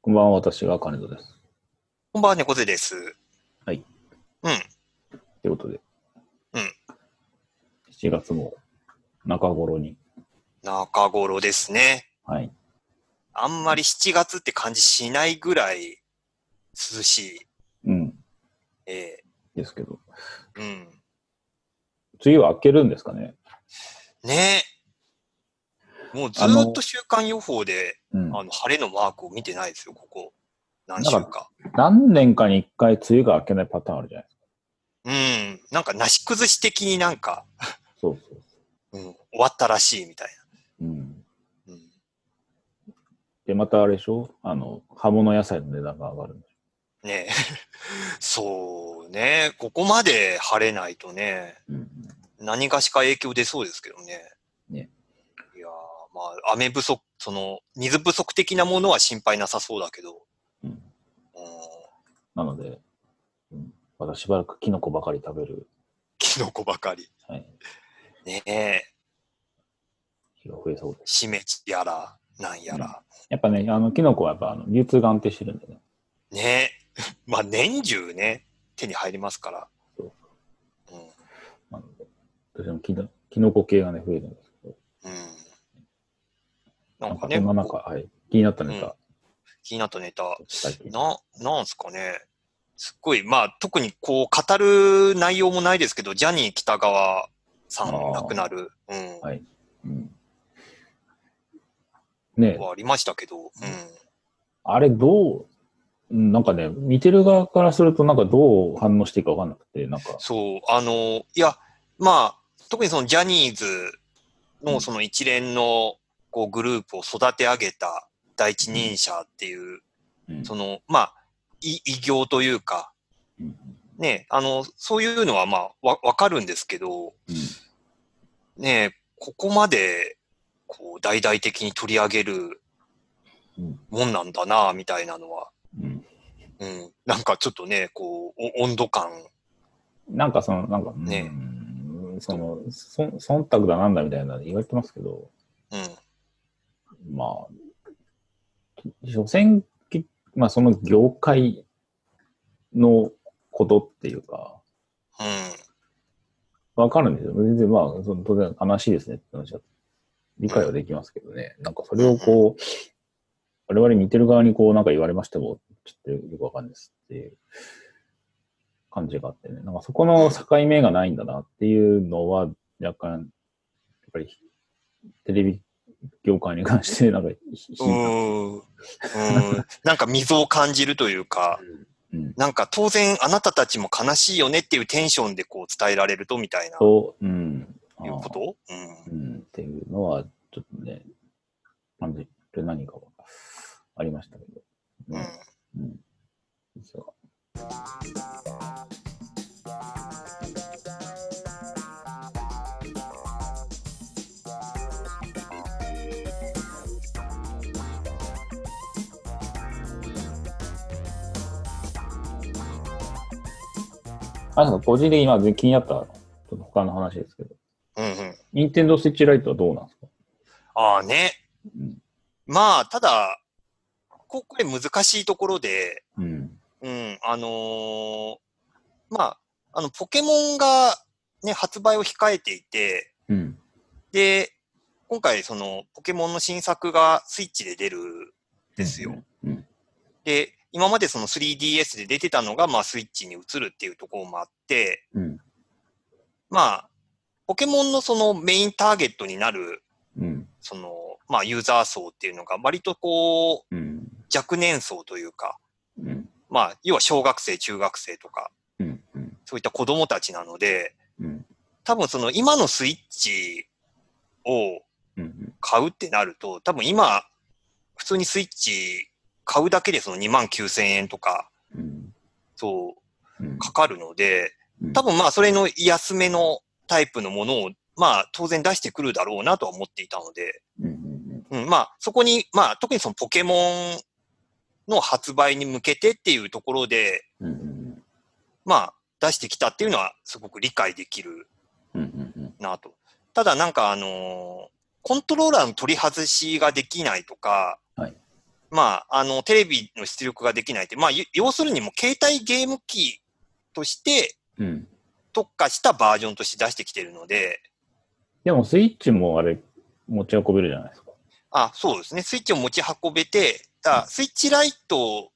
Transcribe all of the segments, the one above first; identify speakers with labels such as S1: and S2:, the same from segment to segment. S1: こんばんは、私は金戸です。
S2: こんばんは、猫背です。
S1: はい。
S2: うん。
S1: ということで、
S2: うん
S1: 7月も中頃に、
S2: 中頃ですね。
S1: はい、
S2: あんまり7月って感じしないぐらい涼しい。
S1: うん、
S2: え
S1: ですけど、
S2: えうん。
S1: 次は開けるんですかね。
S2: ねえ。もうずーっと週間予報で、
S1: うん
S2: あ、の、晴れのマークを見てないですよ、ここ。何週
S1: なん
S2: か。
S1: 何年かに一回梅雨が明けないパターンあるじゃないですか。
S2: うん。なんか、なし崩し的になんか、
S1: そうそうそ。
S2: うん、終わったらしいみたいう
S1: うん、
S2: な。うん。
S1: で、またあれでしょあの、葉物野菜の値段が上がるんでし
S2: ねえ。 そうね。ここまで晴れないとね。
S1: ょ、うん、
S2: 何かしか影響出そうですけどね。
S1: ね
S2: いやーまあ、雨不足、その、水不足的なものは心配なさそうだけど、
S1: うん
S2: うん、
S1: なので、うん、またしばらくキノコばかり食べる、
S2: キノコばかり。
S1: はい、
S2: ねえ、
S1: 日が増えそうです。
S2: しめじやら、なんやら。
S1: やっぱね、あの、キノコはやっぱあの流通が安定してるんでね。
S2: ね え、まあ、年中ね、手に入りますから。
S1: そう
S2: うん。
S1: なので、私もキノキノコ系がね、増えるんですけど、
S2: うん。
S1: な
S2: なんん
S1: か
S2: か
S1: ね、
S2: ね、
S1: そんな中、
S2: こう
S1: はい、気になったネタ、
S2: 気になったネタ、
S1: 最近
S2: な、なんすかね。すっごい、まあ、特にこう、語る内容もないですけど、ジャニー北川さん
S1: あー
S2: 亡くなる、うん、
S1: はいうんねえ
S2: はありましたけど、うん。
S1: あれどう、うんなんかね、見てる側からすると、なんかどう反応していいかわかんなくて、なんか、
S2: そう、あの、いや、まあ、特にそのジャニーズ
S1: うん
S2: のその一連のこうグループを育て上げた第一人者っていう、
S1: うん
S2: その、まあ、い偉業というか、
S1: うん
S2: ね、あの、そういうのはまあ、わ、わかるんですけ
S1: う
S2: ど、
S1: ん
S2: ねえ、ここまで、こう、大々的に取り上げる
S1: うん
S2: もんなんだな、みたいなのは、
S1: うん
S2: うん、なんかちょっとね、こう、お温度感、
S1: なんかその、なんか、うん
S2: ね
S1: その、そ忖度だなんだみたいなの言われてますけど、
S2: うん、
S1: まあ、所詮、きまあその業界のことっていうか、わかるんですよ。全然、まあ、その当然悲しいですねって話は、理解はできますけどね。なんかそれをこう、我々見てる側にこう、なんか言われましても、ちょっとよくわかんないですっていう感じがあってね。なんかそこの境目がないんだなっていうのは、若干、やっぱり、テレビ業界に関して、なんか、ひ
S2: うん、うーん、うーん、なんか溝を感じるというか、
S1: うん
S2: なんか当然あなたたちも悲しいよねっていうテンションでこう伝えられると、みたいな、い
S1: と、うん。
S2: うことう、
S1: うんん、っていうのは、ちょっとね、感じる何かはありましたけど。
S2: うん、
S1: うん。実は。あなんか個人的に今気になった、ちょっと他の話ですけど、
S2: うん、うん。
S1: 任天堂スイッチライトはどうなんですか
S2: ああね
S1: うん。
S2: まあ、ただ、ここれ難しいところで、
S1: うん。
S2: うん、あのーまあ、あの、ポケモンが、ね、発売を控えていて、
S1: うん。
S2: で、今回、その、ポケモンの新作がスイッチで出るんですよ。。
S1: うん。
S2: で、今までその 3DS で出てたのが、まあ、スイッチに移るっていうところもあって、
S1: うん。
S2: まあ、ポケモンのそのメインターゲットになる、
S1: うん。
S2: その、まあ、ユーザー層っていうのが、割とこう、
S1: うん。
S2: 若年層というか、
S1: うん。
S2: まあ、要は小学生、中学生とか、
S1: うん。うん。
S2: そういった子供たちなので、
S1: うん。
S2: 多分その今のスイッチを
S1: うん。
S2: 買うってなると、多分今、普通にスイッチ買うだけでその2万9000円とか、
S1: うん。
S2: そう、
S1: うん。
S2: かかるので、多分まあそれの安めのタイプのものを、まあ当然出してくるだろうなとは思っていたので、
S1: うん。うん。
S2: うん、まあそこに、まあ特にそのポケモンの発売に向けてっていうところで、
S1: うん。うん。
S2: まあ出してきたっていうのはすごく理解できる
S1: うん。うん。
S2: なと。ただなんかあのーコントローラーの取り外しができないとか、
S1: はい
S2: まあ、あの、テレビの出力ができないって、まあ、ゆ要するにもう携帯ゲーム機として
S1: うん。
S2: 特化したバージョンとして出してきてるので、
S1: でも、スイッチもあれ、持ち運べるじゃないですか。
S2: あ、そうですね。スイッチを持ち運べて、あスイッチライト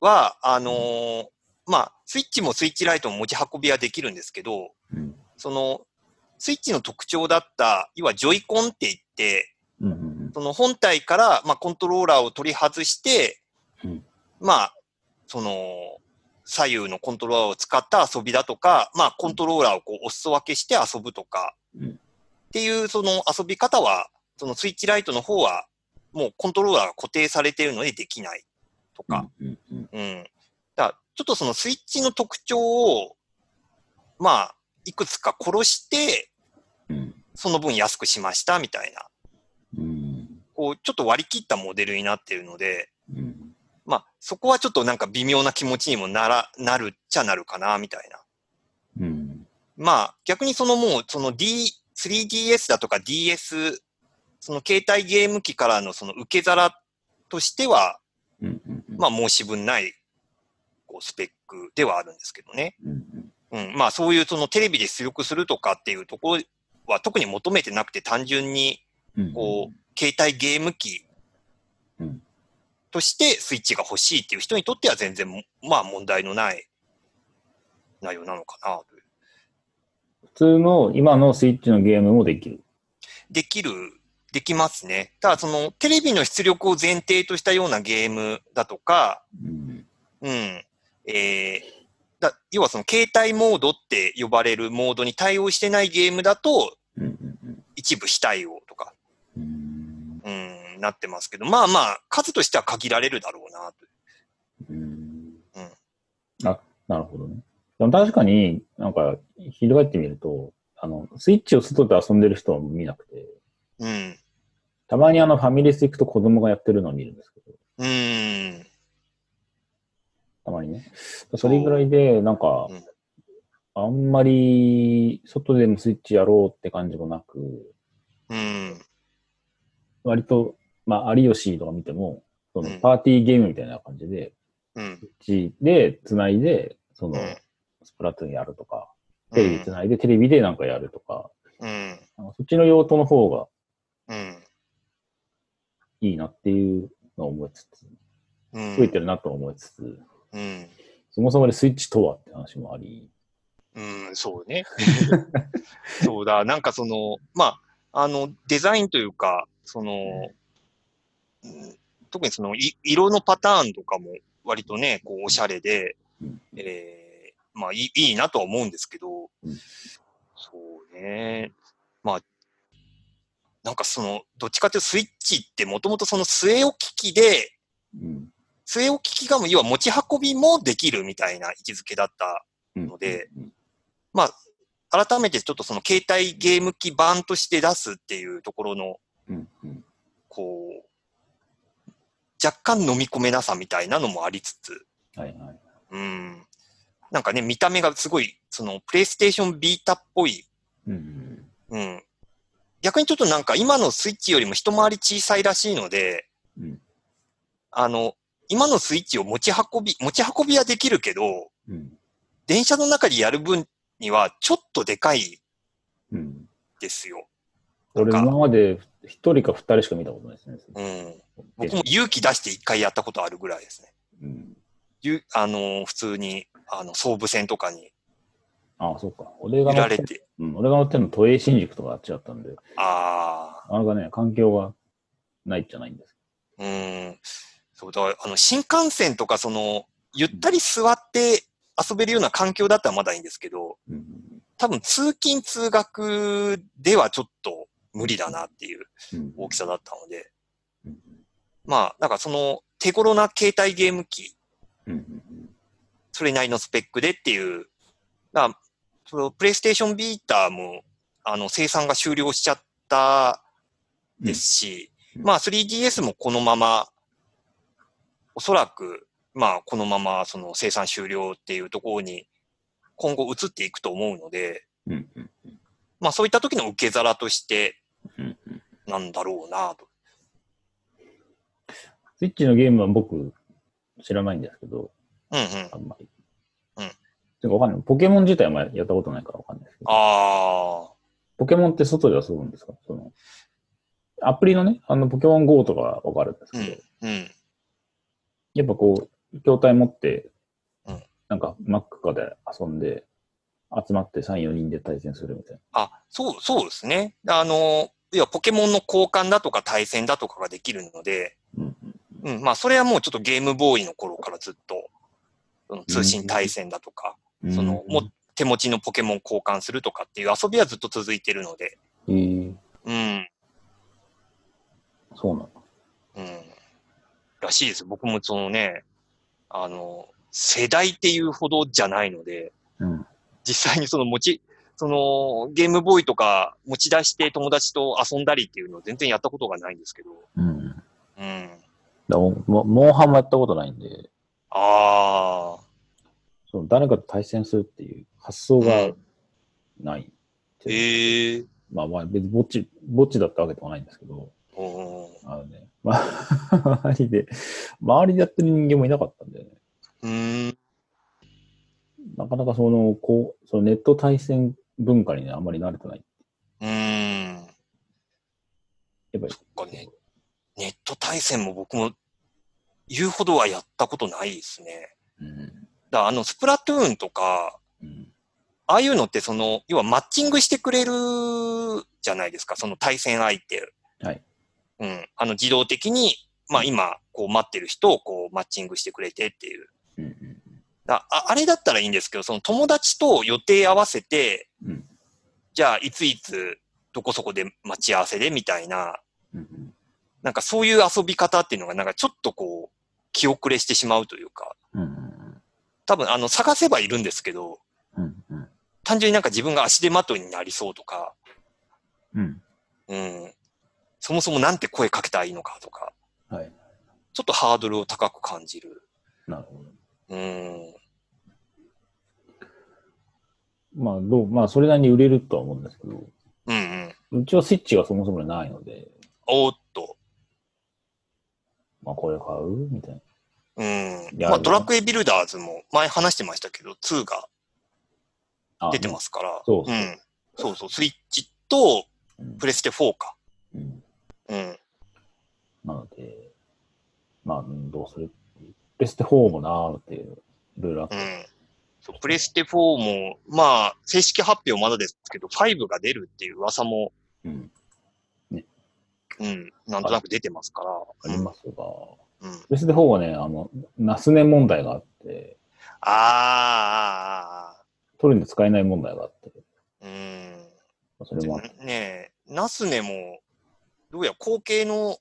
S2: は、あのーまあ、スイッチもスイッチライトも持ち運びはできるんですけど、
S1: うん。
S2: その、スイッチの特徴だった、要はジョイコンって言って、
S1: うんうん
S2: その本体から、まあ、コントローラーを取り外して、
S1: うん
S2: まあ、その、左右のコントローラーを使った遊びだとか、まあ、コントローラーをこうお裾分けして遊ぶとか、
S1: うん
S2: っていうその遊び方は、そのスイッチライトの方は、もうコントローラーが固定されているのでできないと
S1: う
S2: か、
S1: ん。うんうん
S2: うん。だからちょっとそのスイッチの特徴を、まあ、いくつか殺して、
S1: うん。
S2: その分安くしましたみたいな、
S1: うん。
S2: こう、ちょっと割り切ったモデルになっているので、
S1: うん。
S2: まあ、そこはちょっとなんか微妙な気持ちにもなら、なるっちゃなるかな、みたいな。
S1: うん。
S2: まあ、逆にそのもう、その D、3DS だとか DS、その携帯ゲーム機からのその受け皿としては、
S1: うんうん。
S2: まあ申し分ない、こう、スペックではあるんですけどね。
S1: うん
S2: うん、まあそういうそのテレビで出力するとかっていうところは特に求めてなくて単純に
S1: うん。
S2: こう携帯ゲーム機
S1: うん
S2: としてスイッチが欲しいっていう人にとっては全然もまあ問題のない内容なのかなという
S1: 普通の今のスイッチのゲームもできる。
S2: できる、できますね。ただそのテレビの出力を前提としたようなゲームだとか、
S1: うん。
S2: うん。えーだ要はその携帯モードって呼ばれるモードに対応してないゲームだと
S1: うんうん
S2: 一部非対応とか、
S1: うん。
S2: うん、なってますけど、まあまあ数としては限られるだろうなと。
S1: うん。
S2: うん
S1: あ、なるほどね。でも確かになんか、翻ってみると、あの、スイッチを外で遊んでる人は見なくて、
S2: うん。
S1: たまにあのファミレス行くと子供がやってるのを見るんですけど、
S2: うん。
S1: たまにね。それぐらいで、なんか
S2: うん、
S1: あんまり外でもスイッチやろうって感じもなく、
S2: うん。
S1: 割と、まあ、有吉とか見ても、その
S2: うん
S1: パーティーゲームみたいな感じで、
S2: うん。
S1: スイッチで繋いで、その
S2: う、ん
S1: スプラトゥーンやるとか、テレビ繋いでテレビでなんかやるとか、
S2: うん。
S1: なんかそっちの用途の方が
S2: うん。
S1: いいなっていうのを思いつつ、
S2: うん。
S1: 増えてるなと思いつつ、
S2: うん。
S1: そもそもでスイッチとはって話もあり、
S2: うん、そうね。 そうだ、なんかその、まあ、あの、デザインというか、その、うん特にそのい、色のパターンとかも割とね、こう、おしゃれで
S1: うん、
S2: えーまあいい、いいなとは思うんですけど
S1: うん、
S2: そうね。まあ、なんかその、どっちかというとスイッチってもともとその据え置き機で、
S1: うん。
S2: 据え置き機がもう要は持ち運びもできるみたいな位置づけだった
S1: うん
S2: ので、まあ、改めてちょっとその携帯ゲーム機版として出すっていうところの、
S1: うん、うん、
S2: こう、若干飲み込めなさみたいなのもありつつ、
S1: はいはい。
S2: うん。なんかね、見た目がすごい、その、プレイステーションビータっぽい、
S1: うん、
S2: うん。逆にちょっとなんか今のスイッチよりも一回り小さいらしいので、
S1: うん
S2: あの、今のスイッチを持ち運び、持ち運びはできるけど、
S1: うん、
S2: 電車の中でやる分にはちょっとでかい
S1: うん。
S2: ですよ。
S1: 俺、
S2: なんか
S1: 今まで一人か二人しか見たことないですね。
S2: うん。僕も勇気出して一回やったことあるぐらいですね。
S1: うん、
S2: ゆあのー普通に、あの、総武線とかに
S1: ああ、そうか。俺が
S2: 揺
S1: 乗っ
S2: ら
S1: て
S2: れ
S1: る、
S2: て、
S1: うん、俺が乗ってるの都営新宿とかあっちだったんで、
S2: あ
S1: なかなかね、環境がないじゃないんです
S2: あ、うん。そうだ、あの、新幹線とか、その、ゆったり座って遊べるような環境だったらまだいいんですけど、
S1: けど。うん、
S2: 多分通勤通学ではちょっと無理だなっていう
S1: うん、
S2: 大きさだったので、
S1: うん、
S2: まあ、なんかその、手頃な携帯ゲーム機、
S1: うん、うん、
S2: それなりのスペックでっていう、だからそのプレイステーションビーターもあの生産が終了しちゃったですし、
S1: うん
S2: まあ 3DS もこのまま、おそらく、まあこのままその生産終了っていうところに今後移っていくと思うので、
S1: うん、うん、
S2: まあそういった時の受け皿として
S1: うん。
S2: なんだろうなと。
S1: スイッチのゲームは僕、知らないんですけど、
S2: うんうん。
S1: あんまり。
S2: うん
S1: てかわかんない。ポケモン自体もやったことないからわかんないですけど。
S2: あ
S1: ポケモンって外で遊ぶんですかその、アプリのね、あの、ポケモン GO とかはわかるんですけ
S2: あ、う
S1: ど、
S2: ん、うん。
S1: やっぱこう、筐体持って
S2: うん、
S1: なんか Mac とかで遊んで、集まって3、4人で対戦するみたいな。
S2: あ、そう、そうですね。あの、いや、ポケモンの交換だとか対戦だとかができるので、
S1: うん
S2: うん、まあ、それはもうちょっとゲームボーイの頃からずっと、その通信対戦だとか、その、も、手持ちのポケモン交換するとかっていう遊びはずっと続いてるので、
S1: えー、
S2: うん、
S1: そうなの。
S2: うん。らしいです。僕もそのね、あの、世代っていうほどじゃないので、
S1: うん
S2: 実際にその持ち、そのゲームボーイとか持ち出して友達と遊んだりっていうのを全然やったことがないんですけど、
S1: うん。だか
S2: うん。
S1: らももモンハンもやったことないんで、
S2: ああ、
S1: その誰かと対戦するっていう発想がない。
S2: ええー。
S1: まあまあ、別にぼっち、ぼっちだったわけでもないんですけど、
S2: おー
S1: あのね、 ま周りで、周りでやってる人間もいなかったんでね、
S2: うーん。
S1: なかなかその、こう、そのネット対戦文化にね、あんまり慣れてない。
S2: うーん。
S1: やっぱり、
S2: これね、ネット対戦も僕も言うほどはやったことないですね。
S1: うん。
S2: だからあの、スプラトゥーンとか、
S1: うん。
S2: ああいうのって、その、要はマッチングしてくれるじゃないですか、その対戦相手。
S1: はい。
S2: うん。あの、自動的に、まあ今、こう待ってる人をこうマッチングしてくれてっていう。
S1: うんうん。
S2: だああれだったらいいんですけど、その友達と予定合わせて、
S1: うん
S2: じゃあいついつ、どこそこで待ち合わせでみたいな、
S1: うんうん
S2: なんかそういう遊び方っていうのが、なんかちょっとこう、気遅れしてしまうというか、
S1: うんうん
S2: 多分あの、探せばいるんですけど、
S1: うんうん
S2: 単純になんか自分が足手まといになりそうとか、
S1: うん
S2: うん。そもそもなんて声かけたらいいのかとか、
S1: はい。
S2: ちょっとハードルを高く感じる。
S1: なるほど。
S2: うん。
S1: まあ、どう、まあ、それなりに売れるとは思うんですけど、
S2: うんうん。
S1: うちはスイッチがそもそもないので、
S2: おーっと。
S1: まあ、これ買うみたいな。
S2: うん。
S1: いや
S2: まあ、ドラクエビルダーズも前話してましたけど、2が
S1: あ
S2: 出てますから。
S1: そうそう
S2: うん。そうそう。スイッチと
S1: うん
S2: プレステ4か。
S1: うん
S2: うん。
S1: なので、まあ、うんどうするベスト4もなーっていう、ルールあっ
S2: う
S1: て。
S2: ん。そうプレステ4も、まあ、正式発表まだですけど、5が出るっていう噂も、
S1: うん
S2: うん、なんとなく出てますから。
S1: ありますが、
S2: うん。うん、
S1: ベスト4はね、あの、ナスネ問題があって、
S2: あーあ
S1: 取るに使えない問題があって、
S2: ー、あーうん。
S1: それもあって、
S2: ねえ、ナスネも、どうやら後継の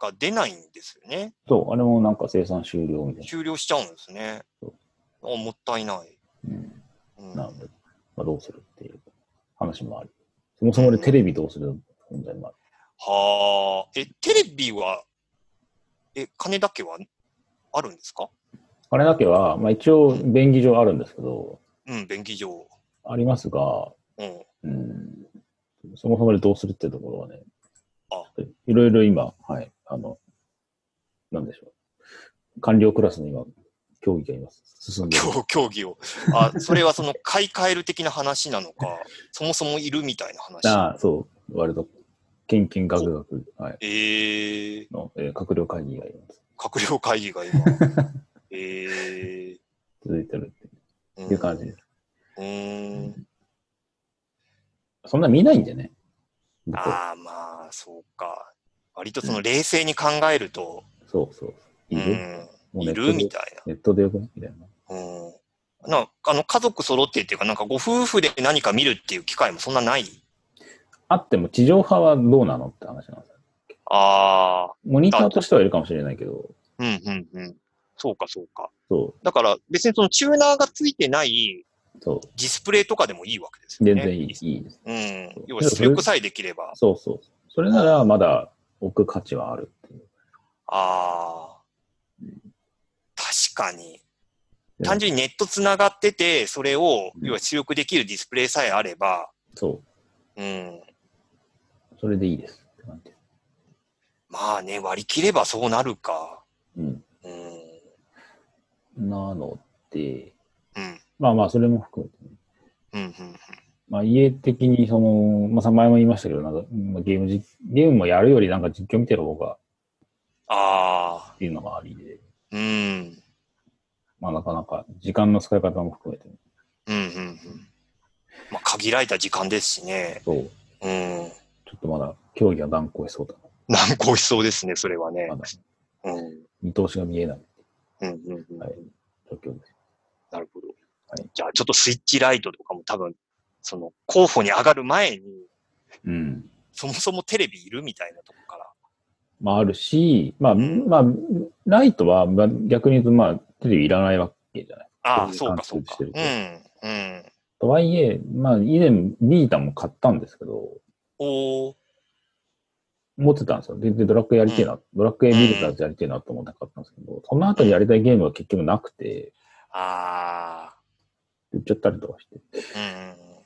S2: が出ないんですよね。
S1: そう、あれもなんか生産終了みたい
S2: 終了しちゃうんですね。あ
S1: そ
S2: もったいない。
S1: な。うん。
S2: うん
S1: なので、まあ、どうするっていう話もあり。そもそもでテレビどうする問題もある。
S2: はあ、え、テレビは、え、金だけはあるんですか
S1: あれだけは、まあ一応、便宜上あるんですけど、
S2: うん、便宜上。
S1: ありますが、
S2: うん。
S1: うんそもそもでどうするってところはね
S2: あ、
S1: いろいろ今、はい、あの、なんでしょう。官僚クラスの今、競技が今、進んでる。
S2: 競競技を。あ、それはその買い替える的な話な のか、そもそもいるみたいな話。
S1: ああ、そう、割と、けんけんがくがく、はい、
S2: えー、
S1: の、えー閣僚会議が今、
S2: 閣僚会議 が今。え
S1: 続いてるっ
S2: ー、
S1: ていう感じです。
S2: うーん。
S1: そんな見ないんでね。僕
S2: ああ、まあ、そうか。割とその冷静に考えると、
S1: そうそう。
S2: う
S1: いる、
S2: ん、
S1: もうネ
S2: い
S1: ット
S2: る
S1: で
S2: みたい
S1: ネットでよくないみたいな。
S2: な。うん。なあの家族揃ってっていうか、なんかご夫婦で何か見るっていう機会もそんなない
S1: あっても地上波はどうなのって話なんですよ。
S2: ああ、
S1: モニターとしてはいるかもしれないけど、
S2: うんうんうん。そうかそうか。
S1: そ、
S2: だから別にそのチューナーがついてないう
S1: そう、
S2: ディスプレイとかでもいいわけですよ
S1: 全
S2: ね。
S1: 然いい,、いいです。
S2: うん。要は出力さえできれば。
S1: そうそう。それならまだ置く価値はあるっていう。
S2: ああ。確かに。単純にネットつながってて、それを、
S1: うん
S2: 要は出力できるディスプレイさえあれば、
S1: そ
S2: うん。
S1: う。それでいいですって感じ。
S2: ままあね、割り切ればそうなるか。
S1: うん。
S2: うん。
S1: なので、
S2: うん。
S1: まあまあ、それも含めてね、
S2: うん。うん。
S1: まあ、家的に、その、まあ、前も言いましたけど、なんか、まあ、ゲームじ、ゲームもやるより、なんか実況見てる方が
S2: ああ。
S1: っていうのがありで、
S2: うん。
S1: まあ、なかなか、時間の使い方も含めてね、
S2: うん。うん。うん。まあ、限られた時間ですしね。
S1: そう、
S2: うん。
S1: ちょっとまだ、競技は断行しそうだ
S2: 難航しそうですね、それはね
S1: な。。まだ、
S2: うん。
S1: 見通しが見えない
S2: うん。うん。うん
S1: はい状況です。
S2: なるほど。
S1: はい
S2: じゃあ、ちょっとスイッチライトとかも多分、その、候補に上がる前に、
S1: うん。
S2: そもそもテレビいるみたいなとこから。
S1: まあ、あるし、まあ、
S2: ん
S1: まあ、ライトは、まあ、逆に言うと、まあ、テレビいらないわけじゃない。
S2: ああ、
S1: そ
S2: そう
S1: いうう
S2: か、そう
S1: 感
S2: か。
S1: じ
S2: う
S1: で
S2: ん
S1: してるけど。
S2: うん。
S1: とはいえ、まあ、以前、ビータも買ったんですけど、
S2: おー。
S1: 持ってたんですよ。で、でドラッグやりてえな、ドラッグエビルダーズやりてえなと思って買ったんですけど、その後にやりたいゲームは結局なくて、
S2: ああ。
S1: 売っちゃったりとかして。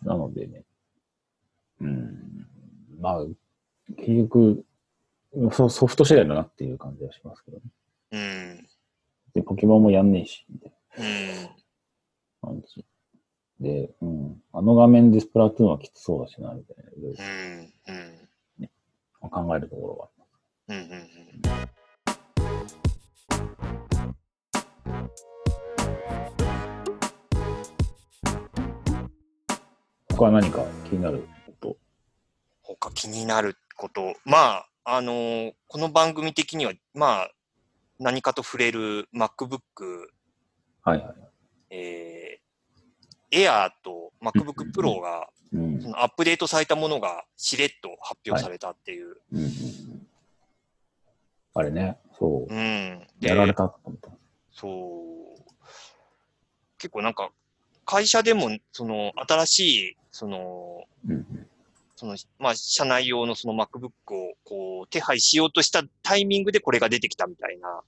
S2: うん。
S1: なのでね、うん、まあ、結局、ソソフト次第だなっていう感じはしますけどね。
S2: うん。
S1: で、ポケモンもやんねえし、みたいな。
S2: うん。
S1: 感じ。で、うん。あの画面でスプラトゥーンはきつそうだしな、みたいな。いろい
S2: うん。うん。
S1: ろ考えるところは。
S2: うんうんうん
S1: 他は何か気になること。
S2: 他気になること。まあ、あのーこの番組的には、まあ、何かと触れる MacBook、
S1: はいはい。
S2: えー、Air と MacBook Pro が、
S1: うん。
S2: そのアップデートされたものがしれっと発表されたっていう。
S1: うんうんあれね、そう。
S2: うん。で
S1: やられたと思った。
S2: そう。結構なんか、会社でも、その、新しい、その、
S1: うん。
S2: その、まあ、社内用のその MacBook をこう、手配しようとしたタイミングでこれが出てきたみたいな。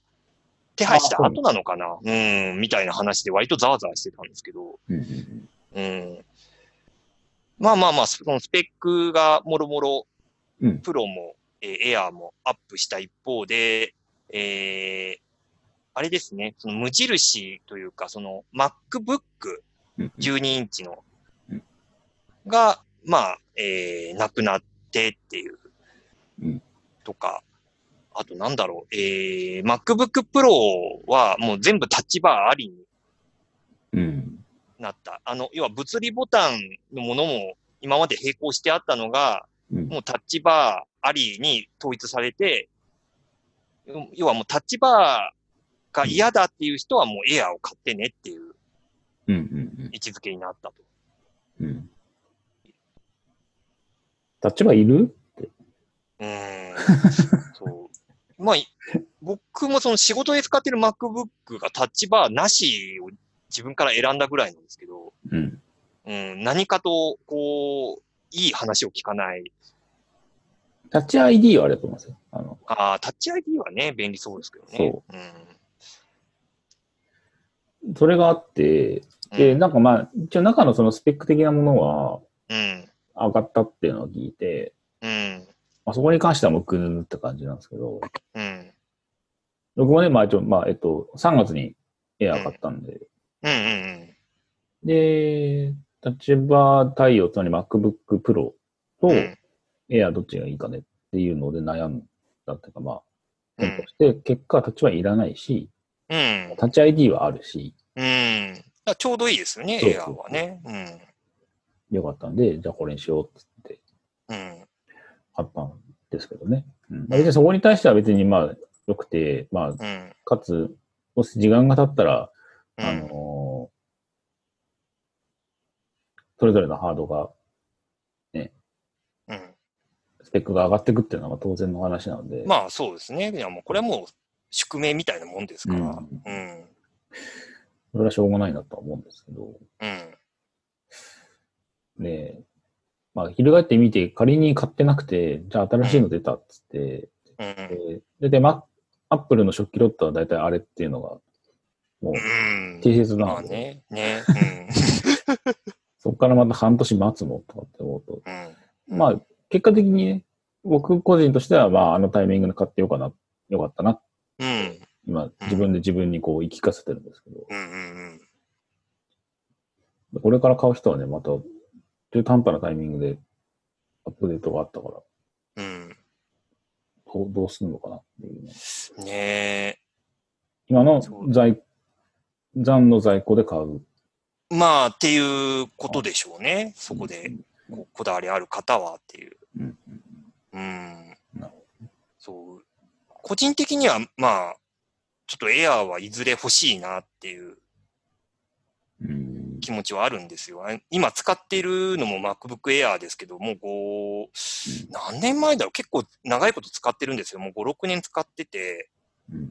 S2: 手配した
S1: あ
S2: 後なのかなうん、みたいな話で割とざわざわしてたんですけど。
S1: うんうん
S2: うん。まあまあまあ、そのスペックがもろもろ
S1: うん、
S2: プロも、えーエアーもアップした一方で、えー、あれですね、その無印というか、その MacBook
S1: うん。
S2: 12インチの
S1: うん
S2: が、まあ、えー、なくなってっていう
S1: うん、
S2: とか、あとなんだろう、えー、MacBook Pro はもう全部タッチバーありに
S1: うん。
S2: なった。あの、要は物理ボタンのものも今まで並行してあったのが、
S1: うん
S2: もうタッチバーありに統一されて、うん要はもうタッチバーが嫌だっていう人はもうエアーを買ってねっていう
S1: うんうん
S2: 位置づけになったと。
S1: うん。うん。立場いる
S2: うーん。そう。まあ、い僕もその仕事で使ってる MacBook がタッチバーなしを自分から選んだぐらいなんですけど、
S1: うん。
S2: うん、何かと、こう、いい話を聞かない。
S1: タッチ ID はあれだと思いますよ。あの、
S2: ああ、タッチ ID はね、便利そうですけどね。。
S1: そうそれがあって、
S2: ん。
S1: で、なんかまあ、一応中のそのスペック的なものは
S2: うん。
S1: 上がったっていうのを聞いて、
S2: うん。
S1: まあ、そこに関してはもうぐぬぬって感じなんですけど、
S2: うん。
S1: 僕もね、まあ、一応、まあ、えっと、3月にエアー買ったんで、
S2: うん。うん。
S1: で、立場対応つまり MacBook Pro と
S2: うん。
S1: エアーどっちがいいかねっていうので悩んだっていうか、まあ、
S2: う
S1: 検
S2: ん
S1: 討して、結果、立場いらないし、
S2: うん。
S1: タッチ ID はあるし、
S2: うん。だからちょうどいいですよね、
S1: そうそう
S2: エアーはね。う
S1: よかったんで、じゃあこれにしようってって
S2: ん。うん。
S1: 買ったんですけどね。うん、まあ別にそこに対しては別に、まあ、良くて、ま
S2: うん。うん
S1: あ、かつ、もし時間が経ったら、
S2: うん。
S1: あのーそれぞれのハードが、
S2: うん。
S1: スペックが上がっていくっていうのが当然の話なので、
S2: まあそうですね。いやもうこれはもう宿命みたいなもんですから。
S1: う
S2: う
S1: ん
S2: ん。うん。
S1: それはしょうがないなとは思うんですけど、
S2: うん。
S1: で、まあ、翻ってみて、仮に買ってなくて、じゃあ新しいの出たっつって、
S2: うん。
S1: で、で、ま、アップルの食器ロットは大体あれっていうのが、もう、
S2: うん
S1: 定説な
S2: まあ
S1: ので、
S2: ね。ね。
S1: そこからまた半年待つのとかって思うと、
S2: うん。うん。
S1: まあ、結果的にね、僕個人としては、まあ、あのタイミングで買ってよかな、よかったな。
S2: うん。
S1: 今、自分で自分にこう言い聞かせてるんですけど、
S2: うんうん
S1: これから買う人はね、また、中途半端なタイミングでアップデートがあったから、
S2: うん。
S1: どうどうするのかなっていうね、
S2: うん。ね
S1: 今の
S2: そう
S1: 在、残の在庫で買う。
S2: え。まあ、っていうことでしょうね。そこで、ここだわりある方はっていう。
S1: うん
S2: うん
S1: なる
S2: そう。個人的には、まあ、ちょっとエアーはいずれ欲しいなっていう
S1: うん。
S2: 気持ちはあるんですよ。あ今使ってるのも MacBook Air ですけど、もうこう、何年前だろう結構長いこと使ってるんですよ。もう5、6年使ってて、
S1: うん。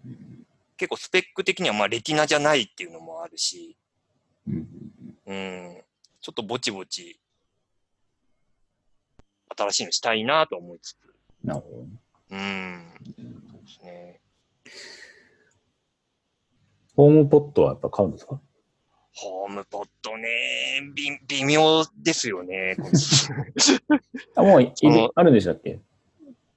S2: 結構スペック的にはまあレティナじゃないっていうのもあるし、
S1: うん。
S2: うん、ちょっとぼちぼち、新しいのしたいなと思いつつ、
S1: なるほどね。
S2: うん、そうですね。
S1: ホームポットはやっぱ買うんですか
S2: ホームポットね、び微妙ですよね。 この
S1: あ、もうい
S2: その
S1: あるんでしたっけ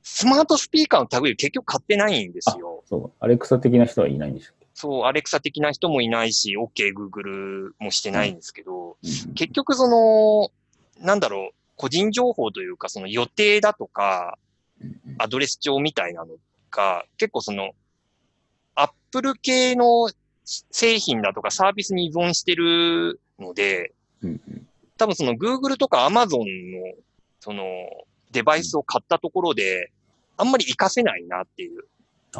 S2: スマートスピーカーの類結局買ってないんですよ。
S1: そう。アレクサ的な人はいないんでしたっ
S2: そう、アレクサ的な人もいないし、OK、Google もしてないんですけど、
S1: け
S2: 結局その、なんだろう、個人情報というか、その予定だとか、アドレス帳みたいなのが、結構その、Apple 系の製品だとかサービスに依存してるので、
S1: うん
S2: 多分その Google とか Amazon の、その、デバイスを買ったところで、あんまり活かせないなっていう。
S1: ああ。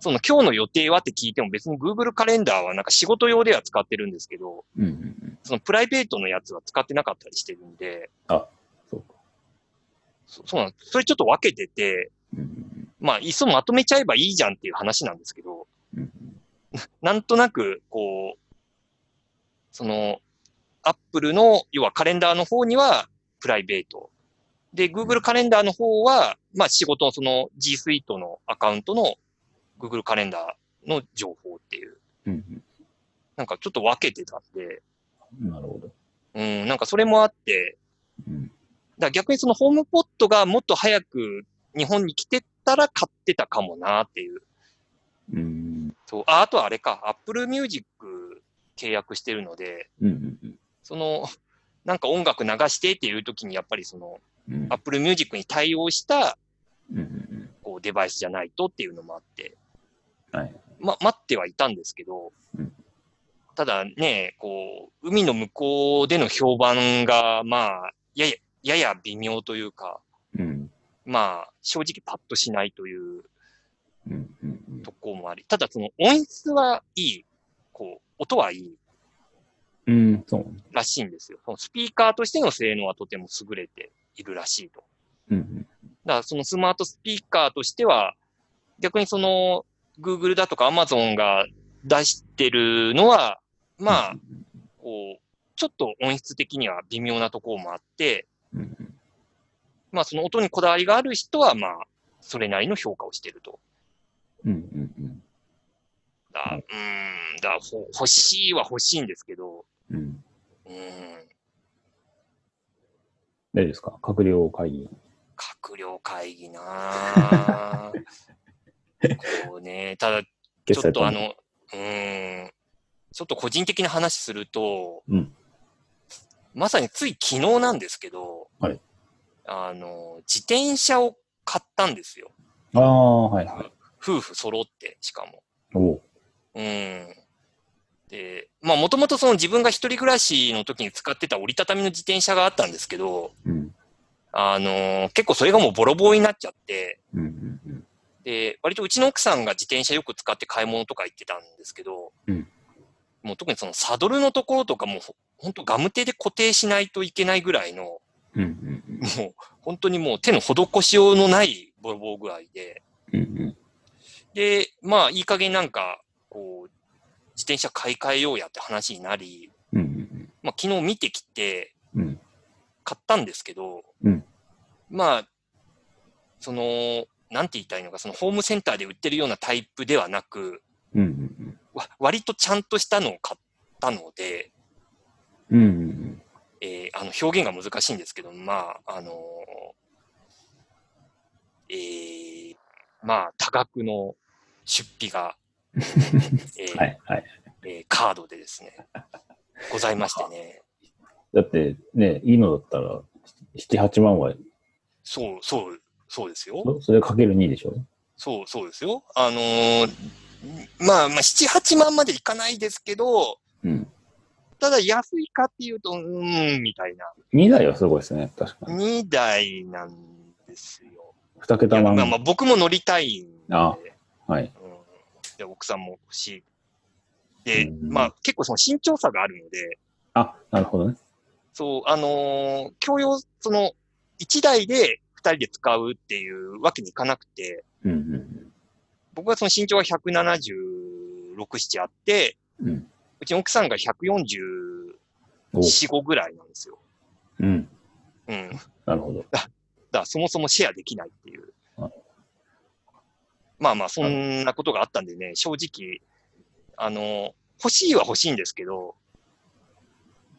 S2: その今日の予定はって聞いても別に Google カレンダーはなんか仕事用では使ってるんですけど、
S1: うんうんうん。
S2: そのプライベートのやつは使ってなかったりしてるんで、
S1: そうか。
S2: そそうなんです。それちょっと分けてて、
S1: うんうん
S2: まあ、いっそまとめちゃえばいいじゃんっていう話なんですけど、
S1: うんうん
S2: なんとなく、こう、その、Apple の、要はカレンダーの方にはプライベート。で、Google カレンダーの方は、まあ仕事のその G Suite のアカウントの Google カレンダーの情報っていう、
S1: うん
S2: なんかちょっと分けてたんで、
S1: うん。なるほど。
S2: うん、なんかそれもあって、
S1: うん。
S2: だから逆にそのホームポットがもっと早く日本に来てたら買ってたかもなっていう。
S1: うん。
S2: そうあ、あとはあれか、Apple Music 契約してるので、
S1: うんうんうん
S2: その、なんか音楽流してっていう時にやっぱりその
S1: うん。
S2: Apple Music に対応した
S1: うんうんうん。
S2: こうデバイスじゃないとっていうのもあって、
S1: はい
S2: ま、待ってはいたんですけど、
S1: うん
S2: ただね、こう、海の向こうでの評判が、まあ、やや、やや微妙というか、
S1: うん。
S2: まあ、正直パッとしないという
S1: うんうんうん。
S2: とこもあり、ただその音質はいい、こう、音はいい
S1: うん、そうね。
S2: らしいんですよ。そのスピーカーとしての性能はとても優れているらしいと。
S1: うん
S2: だからそのスマートスピーカーとしては、逆にその Google だとか Amazon が出してるのは、まあ、こう、ちょっと音質的には微妙なところもあって、
S1: うん。うんうん
S2: まあその音にこだわりがある人は、まあ、それなりの評価をしてると。
S1: うんうんうん
S2: だ、うーん、だ、ほ欲しいは欲しいんですけど、
S1: うん。
S2: うーん、
S1: 大丈夫ですか閣僚会議。
S2: 閣僚会議な あこうね、ただ、ち
S1: 決
S2: ょっ
S1: 済
S2: とあ、の、うーん、ちょっと個人的な話すると、
S1: うん
S2: まさについ昨日なんですけど、
S1: はい
S2: あの、自転車を買ったんですよ。
S1: ああ、はいはい。
S2: 夫婦揃って、しかも。
S1: おお。
S2: うん。で、まあ、もともとその自分が一人暮らしの時に使ってた折りたたみの自転車があったんですけど、
S1: うん。
S2: あのー結構それがもうボロボロになっちゃって、
S1: うんうんうん。
S2: で、割とうちの奥さんが自転車よく使って買い物とか行ってたんですけど、
S1: うん
S2: もう特にそのサドルのところとかもほほんとガムテで固定しないといけないぐらいの、も
S1: うんうんうん。
S2: う本当にもう手の施しようのないボロボロ具合で、
S1: うんうん
S2: で、まあいい加減なんか、こう、自転車買い替えようやって話になり、
S1: うんうん
S2: まあ昨日見てきて、
S1: うん
S2: 買ったんですけど、
S1: うん
S2: まあ、その、なんて言いたいのか、そのホームセンターで売ってるようなタイプではなく、
S1: うんうん
S2: わ割とちゃんとしたのを買ったので、
S1: うんうんうん
S2: えーあの表現が難しいんですけど、まあ、あのーえーまあ、多額の出費 が、えー
S1: はい、はい。
S2: えーカードでですね、ございましてね。
S1: だって、ね、いいのだったら、7、8万は、
S2: そう、そう、そうですよ。
S1: そそれかける2でしょ
S2: そう、そうですよ。あのーまあ、まあ、7、8万までいかないですけど、
S1: うん。
S2: ただ安いかっていうと、うーん、みたいな。
S1: 2台はすごいですね、確かに。
S2: 2台なんですよ。
S1: 2
S2: いや
S1: 桁
S2: まあ
S1: 万。
S2: まあ、僕も乗りたいんで、
S1: あはい。
S2: うん、で奥さんも欲しい。で、
S1: うん
S2: まあ、結構その身長差があるので、
S1: あ、なるほどね。
S2: そう、あのー共用、その、1台で2人で使うっていうわけにいかなくて、
S1: うんうん
S2: 僕はその身長が176、7あって、
S1: うん。うん。
S2: うちの奥さんが144、
S1: お
S2: 5ぐらいなんですよ。
S1: うん。
S2: うん。だか
S1: なるほど。
S2: らそもそもシェアできないっていう
S1: はい。
S2: まあまあ、そんなことがあったんでね、正直、あの、欲しいは欲しいんですけど、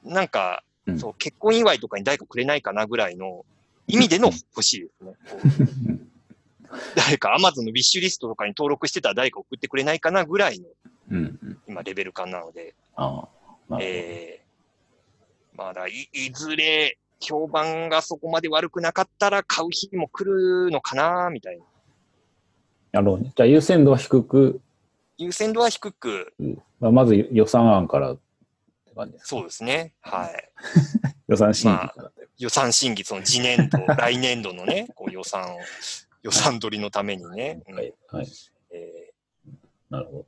S2: なんか、
S1: うん
S2: そう、結婚祝いとかに誰かくれないかなぐらいの意味での欲しいですね。こう誰か Amazon のウィッシュリストとかに登録してたら誰か送ってくれないかなぐらいの
S1: うんうん。
S2: 今レベル感なので、
S1: ああ、なる
S2: えー、まあだい、いずれ、評判がそこまで悪くなかったら買う日も来るのかな、みたいな。
S1: ほど。なるほどね。じゃあ優先度は低く、
S2: 優先度は低く、
S1: まあ、まず予算案からって感じです。
S2: そうですね。はい。
S1: 予算審議からって。
S2: 予算審議、その次年度、来年度のね、こう予算を、予算取りのためにね。うん
S1: はい。はい。
S2: え
S1: なるほど。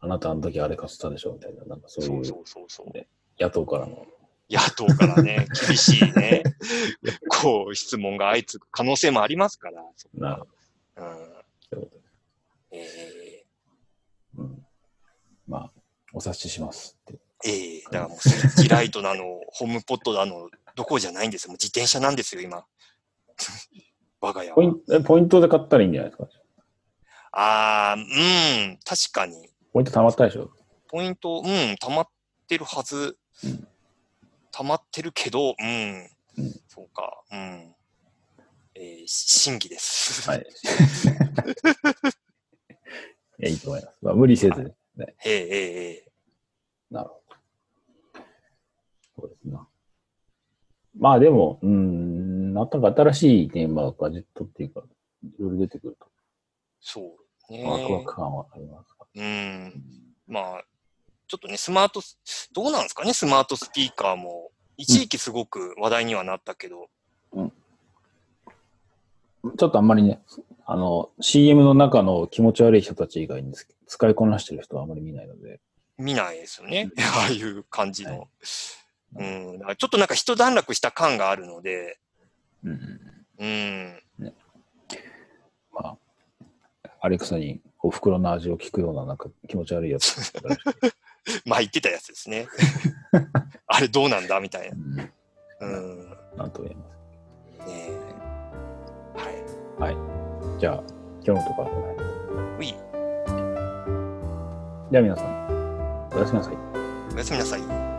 S1: あなたあの時あれ買ったでしょみたいな、なんか
S2: ー
S1: そう
S2: そう
S1: い
S2: そううそうそう。
S1: 野党からの。
S2: 野党からね、厳しいね、 こう、質問が相次ぐ可能性もありますから。そこ
S1: な
S2: は
S1: るほ
S2: うん
S1: どってことで。
S2: え
S1: うん。まあ、お察ししますって。
S2: ーえーだからもうスイッチライトなの、ホームポットなの、どころじゃないんですよ。もう自転車なんですよ、今。 我が家
S1: ポイン
S2: は。
S1: えポイントで買ったらいいんじゃないですか
S2: ああ、うん、確かに。
S1: ポイント貯まったでしょ
S2: ポイント、うん、溜まってるはず
S1: うん。
S2: 溜まってるけど、うん
S1: うん。
S2: そうか、うん。えー、審議です。
S1: はい。いや、いいと思います。まあ、無理せず、ね。
S2: えー、えー、え
S1: なるほど。そうですな。まあ、でも、うん、なかなか新しいテーマガジェットっていうか、いろいろ出てくる
S2: ーそうね。
S1: と、ワクワク感はありますか
S2: うん。まあ、ちょっとね、スマートス、どうなんですかね、スマートスピーカーも。一時期すごく話題にはなったけど、
S1: ちょっとあんまりね、あの、CM の中の気持ち悪い人たち以外につ使いこなしてる人はあまり見ないので、
S2: 見ないですよね。 ああいう感じの。
S1: は
S2: うん。だからちょっとなんか一段落した感があるので、
S1: うん、
S2: うん。
S1: まあ、アレクサにお袋の味を聞くような、なんか気持ち悪いやつだったらしい、
S2: まあ言ってたやつです ね。あれどうなんだみたいな。
S1: うん
S2: うん。ね
S1: なんとも言えま
S2: えは
S1: す。じゃあ、今日のところはこの辺で
S2: い。うい、
S1: じゃあ皆さん、おやすみなさい。
S2: おやすみなさい。